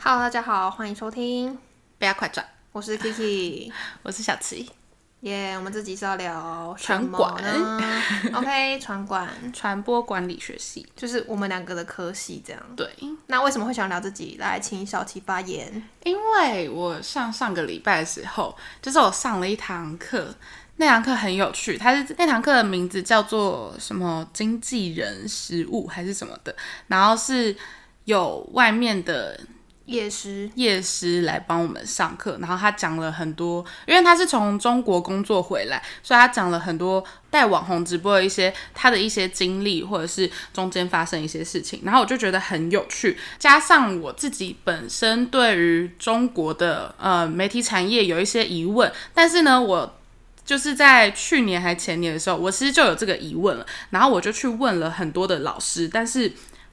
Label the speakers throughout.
Speaker 1: Hello，大家好，欢迎收听，
Speaker 2: 不要快转，
Speaker 1: 我是 Kiki。
Speaker 2: 我是小七。
Speaker 1: 耶、我们这集是要聊
Speaker 2: 传
Speaker 1: 什么呢 OK，传管
Speaker 2: 传播管理学系。
Speaker 1: 就是我们两个的科系这样。
Speaker 2: 对，
Speaker 1: 那为什么会想聊这集？来，请小琪发言。
Speaker 2: 因为我上上个礼拜的时候，就是我上了一堂课，那堂课很有趣，它是那堂课的名字叫做什么经纪人实务还是什么的，然后是有外面的
Speaker 1: 夜师，
Speaker 2: 夜师来帮我们上课，然后他讲了很多，因为他是从中国工作回来，所以他讲了很多带网红直播的一些他的一些经历，或者是中间发生一些事情，然后我就觉得很有趣。加上我自己本身对于中国的呃媒体产业有一些疑问，但是呢，我就是在去年还前年的时候，我其实就有这个疑问了，然后我就去问了很多的老师，但是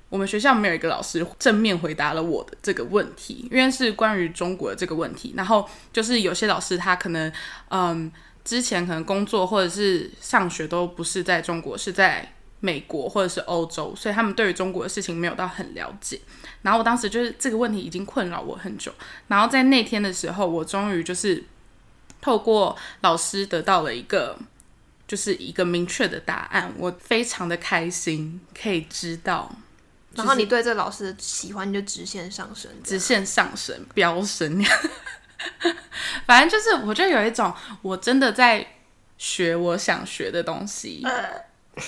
Speaker 2: 我们学校没有一个老师正面回答了我的这个问题，因为是关于中国的这个问题。然后就是有些老师他可能，嗯，之前可能工作或者是上学都不是在中国，是在美国或者是欧洲，所以他们对于中国的事情没有到很了解。然后我当时就是这个问题已经困扰我很久，然后在那天的时候，我终于就是透过老师得到了一个就是一个明确的答案，我非常的开心，可以知道
Speaker 1: 然后你对这老师的喜欢就直线上升这
Speaker 2: 直
Speaker 1: 样。
Speaker 2: 线上升、飙升。 反正就是，我就有一种我真的在学我想学的东西。
Speaker 1: 呃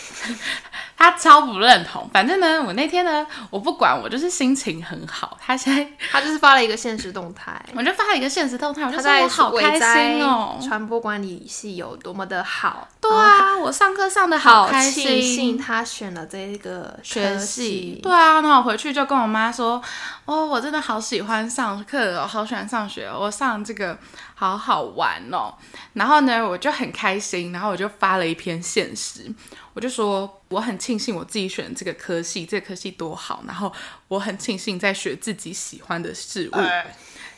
Speaker 2: 他超不认同。反正呢，我那天呢，我不管，我就是心情很好。他现在，
Speaker 1: 他就是发了一个现实动态，
Speaker 2: 我就发了一个现实动态，我就
Speaker 1: 他
Speaker 2: 说
Speaker 1: 在
Speaker 2: 我好
Speaker 1: 伟
Speaker 2: 开
Speaker 1: 哉
Speaker 2: 心哦、
Speaker 1: 传播管理系有多么的好。
Speaker 2: 对啊，我上课上的
Speaker 1: 好
Speaker 2: 开
Speaker 1: 庆
Speaker 2: 心
Speaker 1: 幸。他选了这个
Speaker 2: 学
Speaker 1: 科
Speaker 2: 系，对啊，那我回去就跟我妈说，哦，我真的好喜欢上课哦，好喜欢上学哦，我上这个好好玩哦。然后呢，我就很开心，然后我就发了一篇现实，我就说我很庆幸我自己选这个科系，这个科系多好，然后我很庆幸在学自己喜欢的事物。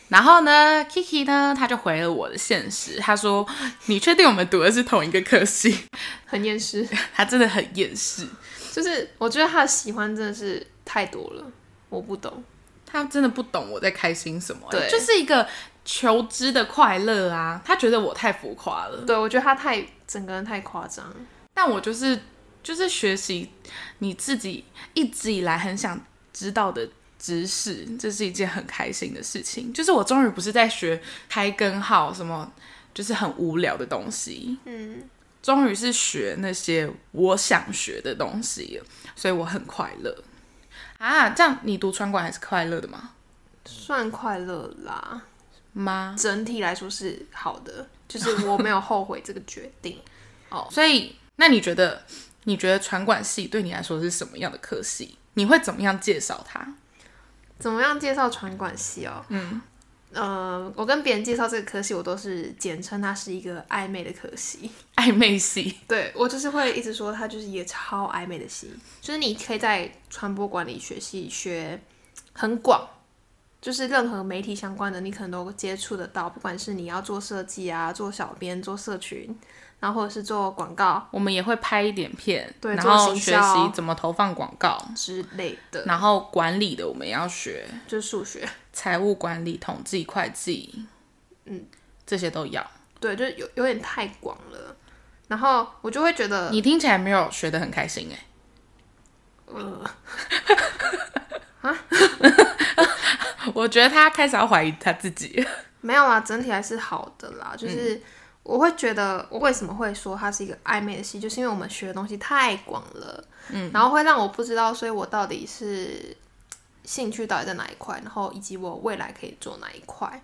Speaker 2: 然后呢，Kiki 呢，他就回了我的现实，他说：“你确定我们读的是同一个科系
Speaker 1: 很厌世。？”
Speaker 2: 他真的很厌世。
Speaker 1: 就是我觉得他的喜欢真的是太多了，我不懂。
Speaker 2: 他真的不懂我在开心什么、欸
Speaker 1: 对
Speaker 2: 就是一个求知的快乐啊。他觉得我太浮夸了，
Speaker 1: 对，我觉得他太整个人太夸张。
Speaker 2: 但我就是就是学习你自己一直以来很想知道的知识，这是一件很开心的事情。就是我终于不是在学开根号什么，就是很无聊的东西，
Speaker 1: 嗯，
Speaker 2: 终于是学那些我想学的东西了，所以我很快乐啊。这样你读传管还是快乐的吗？
Speaker 1: 算快乐啦，
Speaker 2: 吗？
Speaker 1: 整体来说是好的，就是我没有后悔这个决定。
Speaker 2: 哦，所以那你觉得，你觉得传管系对你来说是什么样的科系？你会怎么样介绍它？
Speaker 1: 怎么样介绍传管系哦？嗯，呃，我跟别人介绍这个科系，我都是简称它是一个暧昧的科系。
Speaker 2: 暧昧系，
Speaker 1: 对我就是会一直说它就是也超暧昧的系，就是你可以在传播管理学系学很广，就是任何媒体相关的你可能都接触得到，不管是你要做设计啊、做小编、做社群，然后或者是做广告
Speaker 2: 我们也会拍一点片，
Speaker 1: 对
Speaker 2: 然
Speaker 1: 做
Speaker 2: 后
Speaker 1: 行
Speaker 2: 学
Speaker 1: 销
Speaker 2: 习怎么投放广告，
Speaker 1: 之类的，
Speaker 2: 然后管理的我们也要学
Speaker 1: 就是数学。
Speaker 2: 财务管理、统计、会计，嗯，这些都要。
Speaker 1: 对，就是有有点太广了，然后我就会觉得
Speaker 2: 你听起来没有学得很开心哎、
Speaker 1: 呃
Speaker 2: 啊， 我觉得他开始要怀疑他自己。
Speaker 1: 没有啊，整体还是好的啦。就是我会觉得，我为什么会说它是一个暧昧的戏，就是因为我们学的东西太广了，嗯，然后会让我不知道，所以我到底是兴趣到底在哪一块，然后以及我未来可以做哪一块，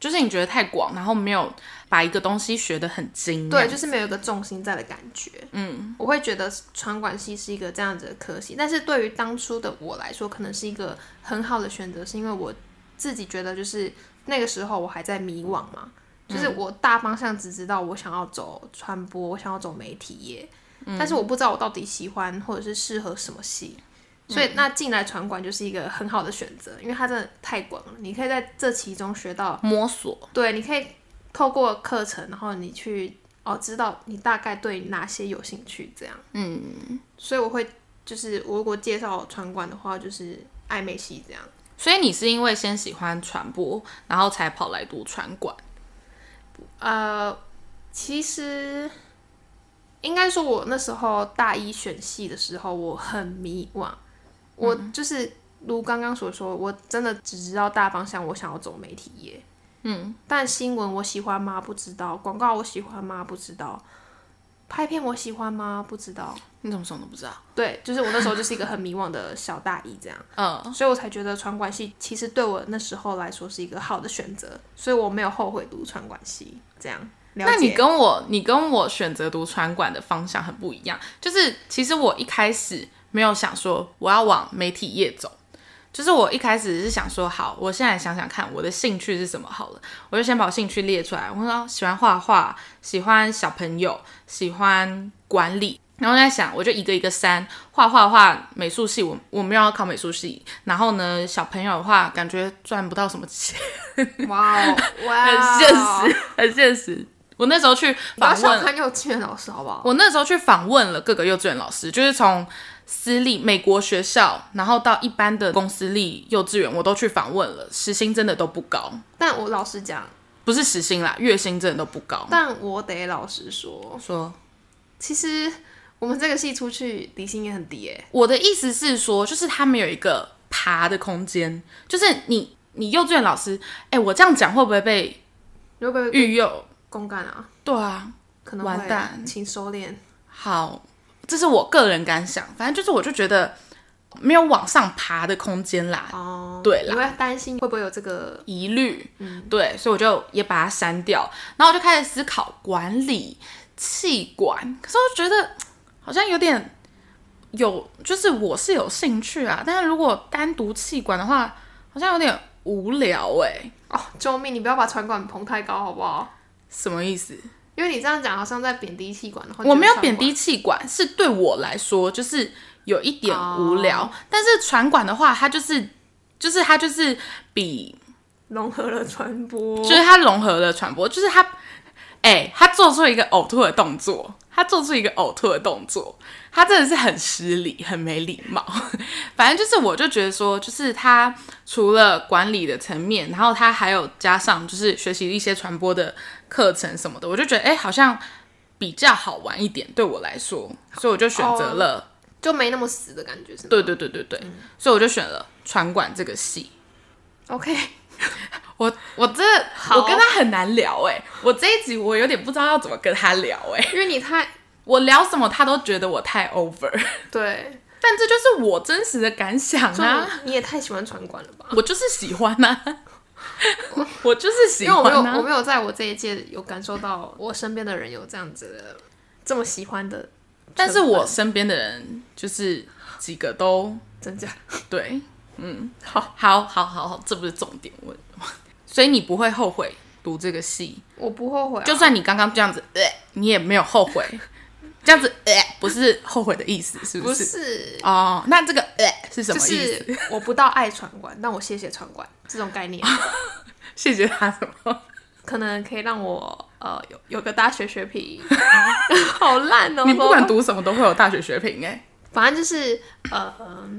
Speaker 2: 就是你觉得太广，然后没有把一个东西学得很精，欸
Speaker 1: 对，，就是没有一个重心在的感觉。嗯，我会觉得传管系是一个这样子的科系，但是对于当初的我来说，可能是一个很好的选择，是因为我自己觉得就是那个时候我还在迷惘嘛，就是我大方向只知道我想要走传播，我想要走媒体业，但是我不知道我到底喜欢或者是适合什么系。所以，那进来传管就是一个很好的选择，因为它真的太广了，你可以在这其中学到
Speaker 2: 摸索。
Speaker 1: 对，你可以透过课程，然后你去哦，知道你大概对哪些有兴趣，这样。嗯，所以我会就是我如果介绍传管的话，就是暧昧系这样。
Speaker 2: 所以你是因为先喜欢传播，然后才跑来读传管。
Speaker 1: 呃，其实应该说，我那时候大一选系的时候，我很迷惘。我就是如刚刚所说，我真的只知道大方向，我想要走媒体业。嗯，但新闻我喜欢吗？不知道。广告我喜欢吗？不知道。拍片我喜欢吗？不知道。
Speaker 2: 你怎么什么都不知道？
Speaker 1: 对，就是我那时候就是一个很迷惘的小大一这样，嗯，所以我才觉得传管系其实对我那时候来说是一个好的选择，所以我没有后悔读传管系这样。了
Speaker 2: 那你
Speaker 1: 解
Speaker 2: 跟我，你跟我选择读传管的方向很不一样。就是其实我一开始没有想说我要往媒体业走，就是我一开始是想说，好，我现在想想看我的兴趣是什么好了，我就先把我兴趣列出来。我说哦喜欢画画，喜欢小朋友，喜欢管理。然后我在想，我就一个一个删，画画画美术系，我我没有要考美术系。然后呢，小朋友的话，感觉赚不到什么钱，
Speaker 1: 哇哦，哇，哦
Speaker 2: 很现实，很现实。我那时候去
Speaker 1: 不要
Speaker 2: 访
Speaker 1: 小
Speaker 2: 问，
Speaker 1: 看幼稚园老师好不好？
Speaker 2: 我那时候去访问了各个幼稚园老师，就是从私立美国学校，然后到一般的公私立幼稚园，我都去访问了，时薪真的都不高，
Speaker 1: 但我老实讲，
Speaker 2: 不是时薪啦，月薪真的都不高。
Speaker 1: 但我得老实说，
Speaker 2: 说
Speaker 1: 其实我们这个系出去底薪也很低诶、
Speaker 2: 我的意思是说，就是他们有一个爬的空间，就是你你幼稚园老师，哎、我这样讲会不会被
Speaker 1: 你会不会
Speaker 2: 育幼？
Speaker 1: 公干啊？
Speaker 2: 对啊，
Speaker 1: 可能
Speaker 2: 完
Speaker 1: 会
Speaker 2: 蛋
Speaker 1: 请收敛。
Speaker 2: 好，这是我个人感想，反正就是我就觉得没有往上爬的空间啦。
Speaker 1: 哦，
Speaker 2: 对啦
Speaker 1: 你会担心会不会有这个？
Speaker 2: 疑虑，
Speaker 1: 嗯
Speaker 2: 对，所以我就也把它删掉，然后我就开始思考管理气管，可是我觉得好像有点有，就是我是有兴趣啊，但是如果单独气管的话，好像有点无聊哎、
Speaker 1: 哦，救命！你不要把传管捧太高好不好？
Speaker 2: 什么意思？
Speaker 1: 因为你这样讲好像在贬低气管的话，
Speaker 2: 我没有
Speaker 1: 哦就是
Speaker 2: 贬低
Speaker 1: 上
Speaker 2: 气管，是对我来说就是有一点无聊，
Speaker 1: 哦
Speaker 2: 但是传管的话，它就是就是它就是比
Speaker 1: 管融合了传播，
Speaker 2: 就是他融合了传播，就是他，哎、他做出一个呕吐的动作，他做出一个呕吐的动作，他真的是很失礼，很没礼貌。 反正就是，我就觉得说，就是他除了管理的层面，然后他还有加上就是学习一些传播的课程什么的，我就觉得哎、好像比较好玩一点，对我来说，所以我就选择
Speaker 1: 哦
Speaker 2: 了，
Speaker 1: 就没那么死的感觉，是吗？
Speaker 2: 对对对对
Speaker 1: 嗯
Speaker 2: 对，所以我就选了传管这个系。
Speaker 1: ，OK，
Speaker 2: 我我这
Speaker 1: 好
Speaker 2: 我跟他很难聊哎、我这一集我有点不知道要怎么跟他聊哎、
Speaker 1: 因为你太
Speaker 2: 我聊什么他都觉得我太 over，
Speaker 1: 对，
Speaker 2: 但这就是我真实的感想
Speaker 1: 所以
Speaker 2: 啊，
Speaker 1: 你也太喜欢传管了吧？
Speaker 2: 我就是喜欢呐、 我就是喜
Speaker 1: 因为我
Speaker 2: 欢啊
Speaker 1: 没有，
Speaker 2: 呐、
Speaker 1: 我没有在我这一届有感受到我身边的人有这样子的这么喜欢的，
Speaker 2: 但是我身边的人就是几个都
Speaker 1: 真假？
Speaker 2: 对，嗯，好，好，好，好，好，这不是重点，我，所以你不会后悔读这个戏，
Speaker 1: 我不后悔、啊，
Speaker 2: 就算你刚刚这样子，呃，你也没有后悔，这样子，呃，不是后悔的意思，是
Speaker 1: 不是，
Speaker 2: 哦，那这个呃是什
Speaker 1: 就
Speaker 2: 么意思？
Speaker 1: 是我不到爱传管，但我谢谢传管这种概 念，
Speaker 2: 谢谢他什么？
Speaker 1: 可能可以让我呃有有个大学学品，啊 好烂哦！
Speaker 2: 你不管读什么都会有大学学评哎、
Speaker 1: 反正就是呃，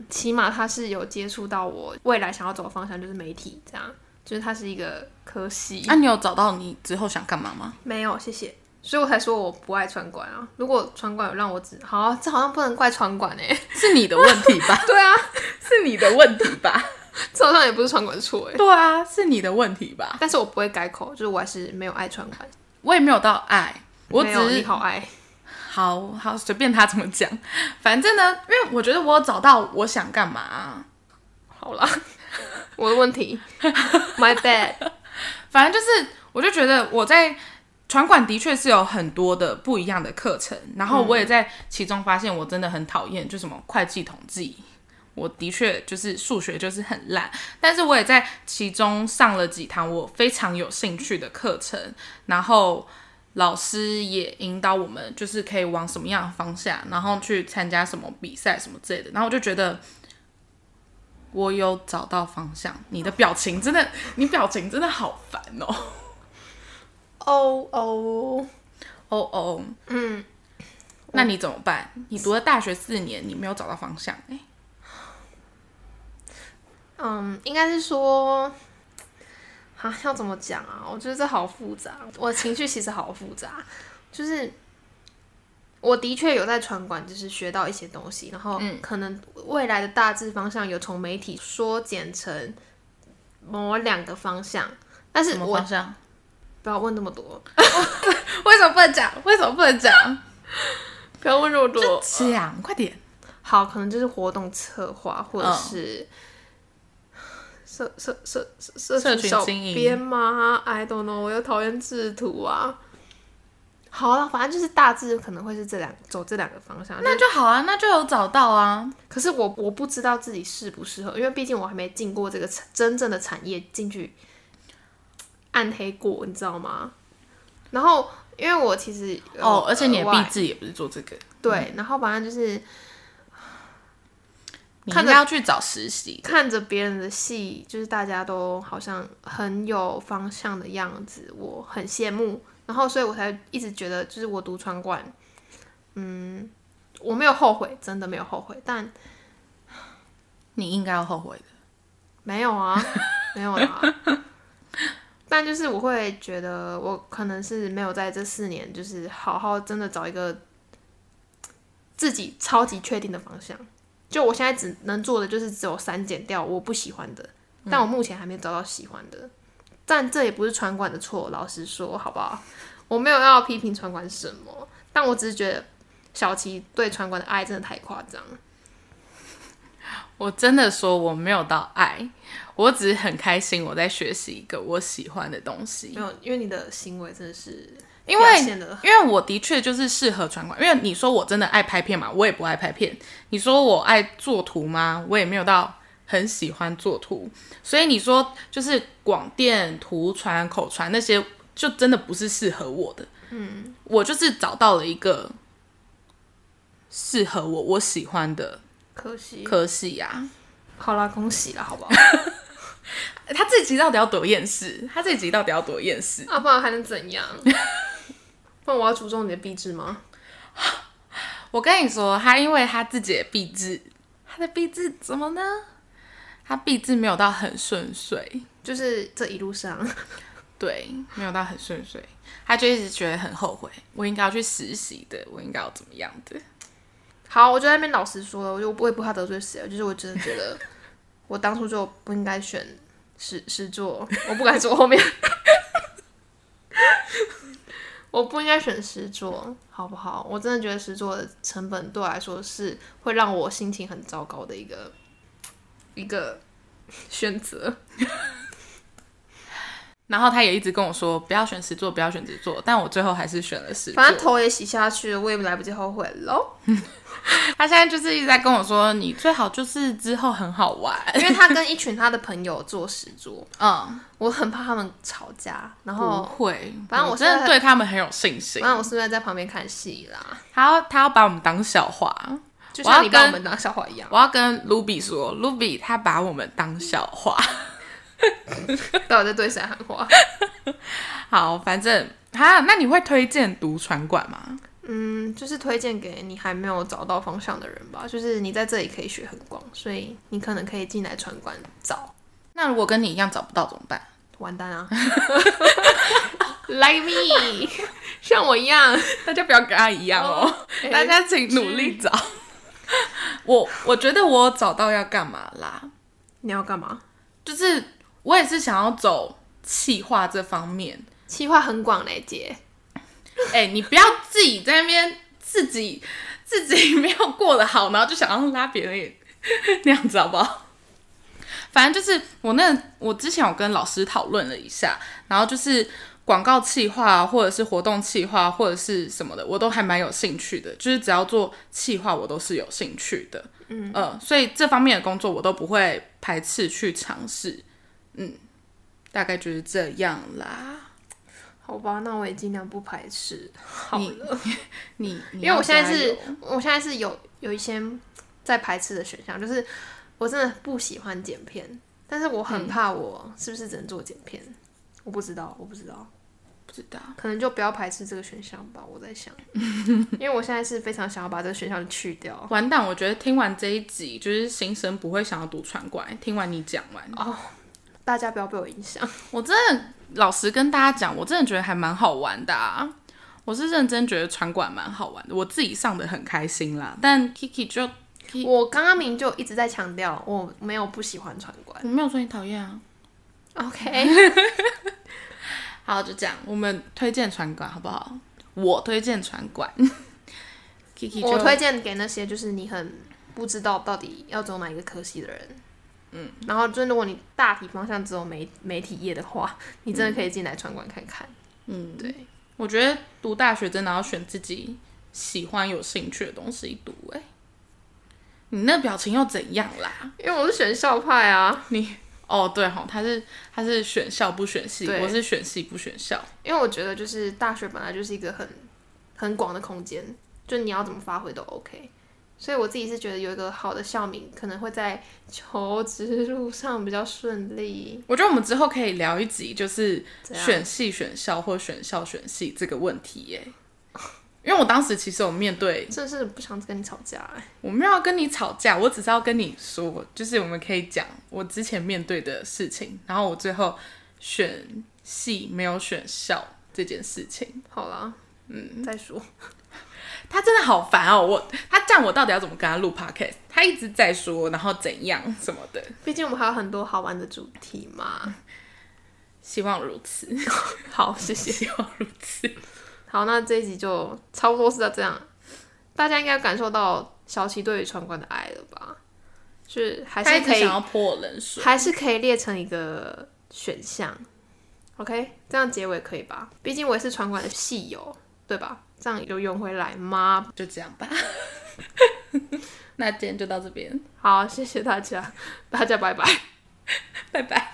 Speaker 1: 起码他是有接触到我未来想要走的方向，就是媒体这样，就是它是一个科系。
Speaker 2: 那、你有找到你之后想干嘛吗？
Speaker 1: 没有，谢谢。所以我才说我不爱穿管啊。如果穿管有让我只好，啊这好像不能怪穿管哎、
Speaker 2: 是你的问题 吧？
Speaker 1: 对啊，
Speaker 2: 是你的问题吧？
Speaker 1: 这好像也不是穿管错哎、
Speaker 2: 对啊，是你的问题吧？
Speaker 1: 但是我不会改口，就是我还是没有爱穿管。
Speaker 2: 我也没有到爱，我只
Speaker 1: 没有你
Speaker 2: 是
Speaker 1: 好爱，
Speaker 2: 好好随便他怎么讲，反正呢，因为我觉得我有找到我想干嘛啊、
Speaker 1: 好啦，我的问 题，my bad。
Speaker 2: 反正就是，我就觉得我在传管的确是有很多的不一样的课程，然后我也在其中发现我真的很讨厌，就什么会计统计，我的确就是数学就是很烂，但是我也在其中上了几堂我非常有兴趣的课程，然后。老师也引导我们，就是可以往什么样的方向，然后去参加什么比赛什么之类的。然后我就觉得我有找到方向。你的表情真的，你表情真的好烦哦。
Speaker 1: 哦哦，
Speaker 2: 哦哦，嗯，那你怎么欸办？你读了大学四年，你没有找到方向，哎、
Speaker 1: 嗯，应该是说，啊，要怎么讲啊？我觉得这好复杂，我情绪其实好复杂，就是我的确有在传管，就是学到一些东西，然后可能未来的大致方向有从媒体缩减成某两个方向，但是
Speaker 2: 什么
Speaker 1: 我
Speaker 2: 方向？
Speaker 1: 不要问那么多，
Speaker 2: 为什么不能讲？为什么不能讲？
Speaker 1: 不要问那么多，
Speaker 2: 讲，快点！
Speaker 1: 好，可能就是活动策划或者是社社社嗯社
Speaker 2: 社
Speaker 1: 群
Speaker 2: 群
Speaker 1: 小
Speaker 2: 经营
Speaker 1: 编吗？I don't know，我又讨厌制图啊。好了，反正就是大致可能会是这两走这两个方向。
Speaker 2: 那就好啊，那就有找到啊。
Speaker 1: 可是我我不知道自己适不适合，因为毕竟我还没进过这个产真正的产业进去暗黑过，你知道吗？然后因为我其实有
Speaker 2: 哦，而且你的
Speaker 1: 额外
Speaker 2: 毕制也不是做这个，
Speaker 1: 对，然后反正就是
Speaker 2: 你
Speaker 1: 看
Speaker 2: 应
Speaker 1: 着
Speaker 2: 该要去找实习。
Speaker 1: 看着别人的戏，就是大家都好像很有方向的样子，我很羡慕。然后，所以我才一直觉得，就是我读传管，嗯，我没有后悔，真的没有后悔，但
Speaker 2: 你应该要后悔的。
Speaker 1: 没有啊， 没有啊。但就是我会觉得，我可能是没有在这四年，就是好好真的找一个自己超级确定的方向。就我现在只能做的就是只有删减掉我不喜欢的，但我目前还没找到喜欢的。但这也不是传管的错，老实说，好不好？我没有要批评传管什么，但我只是觉得小琪对传管的爱真的太夸张。
Speaker 2: 我真的说我没有到爱，我只是很开心我在学习一个我喜欢的东西。
Speaker 1: 没有，因为你的行为真的是
Speaker 2: 因为
Speaker 1: 表现的
Speaker 2: 因为我的确就是适合传管，因为你说我真的爱拍片嘛，我也不爱拍片。你说我爱做图吗？我也没有到很喜欢做图。所以你说就是广电、图传、口传那些，就真的不是适合我的。嗯，我就是找到了一个适合我我喜欢的
Speaker 1: 可惜。
Speaker 2: 科系啊呀、
Speaker 1: 嗯好啦，恭喜啦，好不好？
Speaker 2: 啊。他这集到底要多厌世？他这集到底要多厌 世？
Speaker 1: 啊，不然还能怎样？ 不然我要诅咒你的壁纸吗？
Speaker 2: 我跟你说，他因为他自己的壁纸，他的壁纸怎么呢？他壁纸没有到很顺遂，
Speaker 1: 就是这一路上，
Speaker 2: 对，没有到很顺遂，他就一直觉得很后悔，我应该要去实习的，我应该要怎么样的？
Speaker 1: 好，我就在那边老实说了，我就我也不怕得罪谁，就是我真的觉得 我当初就不应该选十十座，我不敢说后面， 我不应该选十座，好不好？我真的觉得十座的成本对我来说是会让我心情很糟糕的一个一个选择。
Speaker 2: 然后他也一直跟我说不要选十座，不要选十座，但我最后还是选了十座。
Speaker 1: 反正头也洗下去了，我也来不及后悔喽。
Speaker 2: 他现在就是一直在跟我说，你最好就是之后很好玩。
Speaker 1: 因为他跟一群他的朋友做实桌，
Speaker 2: 嗯，
Speaker 1: 我很怕他们吵架，然
Speaker 2: 不
Speaker 1: 后
Speaker 2: 会，
Speaker 1: 哦反正我
Speaker 2: 我
Speaker 1: 现
Speaker 2: 真
Speaker 1: 在嗯
Speaker 2: 的对他们很有信心
Speaker 1: 反。正我是不是在旁边看戏啦？
Speaker 2: 他要他要把我们当笑话。
Speaker 1: 就
Speaker 2: 我
Speaker 1: 像
Speaker 2: 要
Speaker 1: 你把我
Speaker 2: 跟
Speaker 1: 们当笑话一样，
Speaker 2: 我要跟卢比说，卢比他把我们当笑话。
Speaker 1: 到底在对谁喊话？
Speaker 2: 好，反正哈，那你会推荐读传馆吗？
Speaker 1: 嗯，就是推荐给你还没有找到方向的人吧，就是你在这里可以学很广，所以你可能可以进来传管找，
Speaker 2: 那如果跟你一样找不到怎么办？
Speaker 1: 完蛋啊！Like me，像 我一样，
Speaker 2: 大家不要跟他一样哦，
Speaker 1: 哎
Speaker 2: 大家请努力找。我我觉得我找到要干嘛啦，
Speaker 1: 你要干嘛？
Speaker 2: 就是我也是想要走企划这方面。
Speaker 1: 计划很广嘞，姐。
Speaker 2: 哎、你不要自己在那边自己自己没有过得好，然后就想要拉别人也那样子，好不好？反正就是我那我之前有跟老师讨论了一下，然后就是广告企划啊或者是活动企划啊或者是什么的，我都还蛮有兴趣的，就是只要做企划我都是有兴趣的，嗯呃，所以这方面的工作我都不会排斥去尝试，嗯，大概就是这样啦。
Speaker 1: 好吧，那我也尽量不排斥。好
Speaker 2: 你
Speaker 1: 了。
Speaker 2: 你你
Speaker 1: 因为我
Speaker 2: 要
Speaker 1: 现在
Speaker 2: 加
Speaker 1: 是
Speaker 2: 油，
Speaker 1: 我现在是有有一些在排斥的选项，就是我真的不喜欢剪
Speaker 2: 嗯
Speaker 1: 片，但是我很怕我是不是只能做剪片，我不知道，我不知道。
Speaker 2: 不知道。
Speaker 1: 可能就不要排斥这个选项吧。我在 想，因为我现在是非常想要把这个选项去掉。
Speaker 2: 完蛋！我觉得听完这一集，就是新生不会想要读传管。听完你讲完，
Speaker 1: 大家不要被我影响。
Speaker 2: 我真的老实跟大家讲，我真的觉得还蛮好玩的啊。我是认真觉得传管蛮好玩的，我自己上的很开心啦。但 Kiki 就
Speaker 1: 我刚刚明明就一直在强调，我没有不喜欢闯关。
Speaker 2: 我没有说你讨厌啊。
Speaker 1: OK，
Speaker 2: 好，就这样，我们推荐传管好不好？我推荐传管 ，Kiki 就
Speaker 1: 我推荐给那些就是你很不知道到底要走哪一个科系的人。嗯，然后就如果你大体方向只有媒媒体业的话，你真的可以进来传管看看。
Speaker 2: 嗯，
Speaker 1: 对，
Speaker 2: 我觉得读大学真的要选自己喜欢、有兴趣的东西读、欸。哎，你那表情又怎样啦？
Speaker 1: 因为我是选校派啊，
Speaker 2: 哦，对吼，他是他是选校不选系，
Speaker 1: 对
Speaker 2: 我是选系不选校。
Speaker 1: 因为我觉得就是大学本来就是一个很很广的空间，就你要怎么发挥都 OK。所以我自己是觉得有一个好的校名，可能会在求职路上比较顺利。
Speaker 2: 我觉得我们之后可以聊一集，就是
Speaker 1: 怎样
Speaker 2: 选系选校或选校选系这个问题耶、因为我当时其实有面对，
Speaker 1: 真是不想跟你吵架、欸。
Speaker 2: 我没有要跟你吵架，我只是要跟你说，就是我们可以讲我之前面对的事情，然后我最后选系没有选校这件事情，
Speaker 1: 好啦，嗯，再说。
Speaker 2: 他真的好烦哦！我他这样我到底要怎么跟他录 podcast？他一直在说，然后怎样什么的，
Speaker 1: 毕竟我们还有很多好玩的主题 嘛。
Speaker 2: 希望如此，
Speaker 1: 好，谢谢。
Speaker 2: 希望如此。
Speaker 1: 好，那这一集就差不多是要这样。大家应该感受到小琪对于闯关的爱了吧？就是还
Speaker 2: 他一
Speaker 1: 是
Speaker 2: 直
Speaker 1: 可以
Speaker 2: 想要泼我冷水。
Speaker 1: 还是可以列成一个选项。OK，这样结尾可以吧？毕竟我也是传管的戏友，对吧？这样有用回来吗？
Speaker 2: 就这样吧。 那今天就到这边，
Speaker 1: 好，谢谢大家，大家拜拜。
Speaker 2: 拜拜。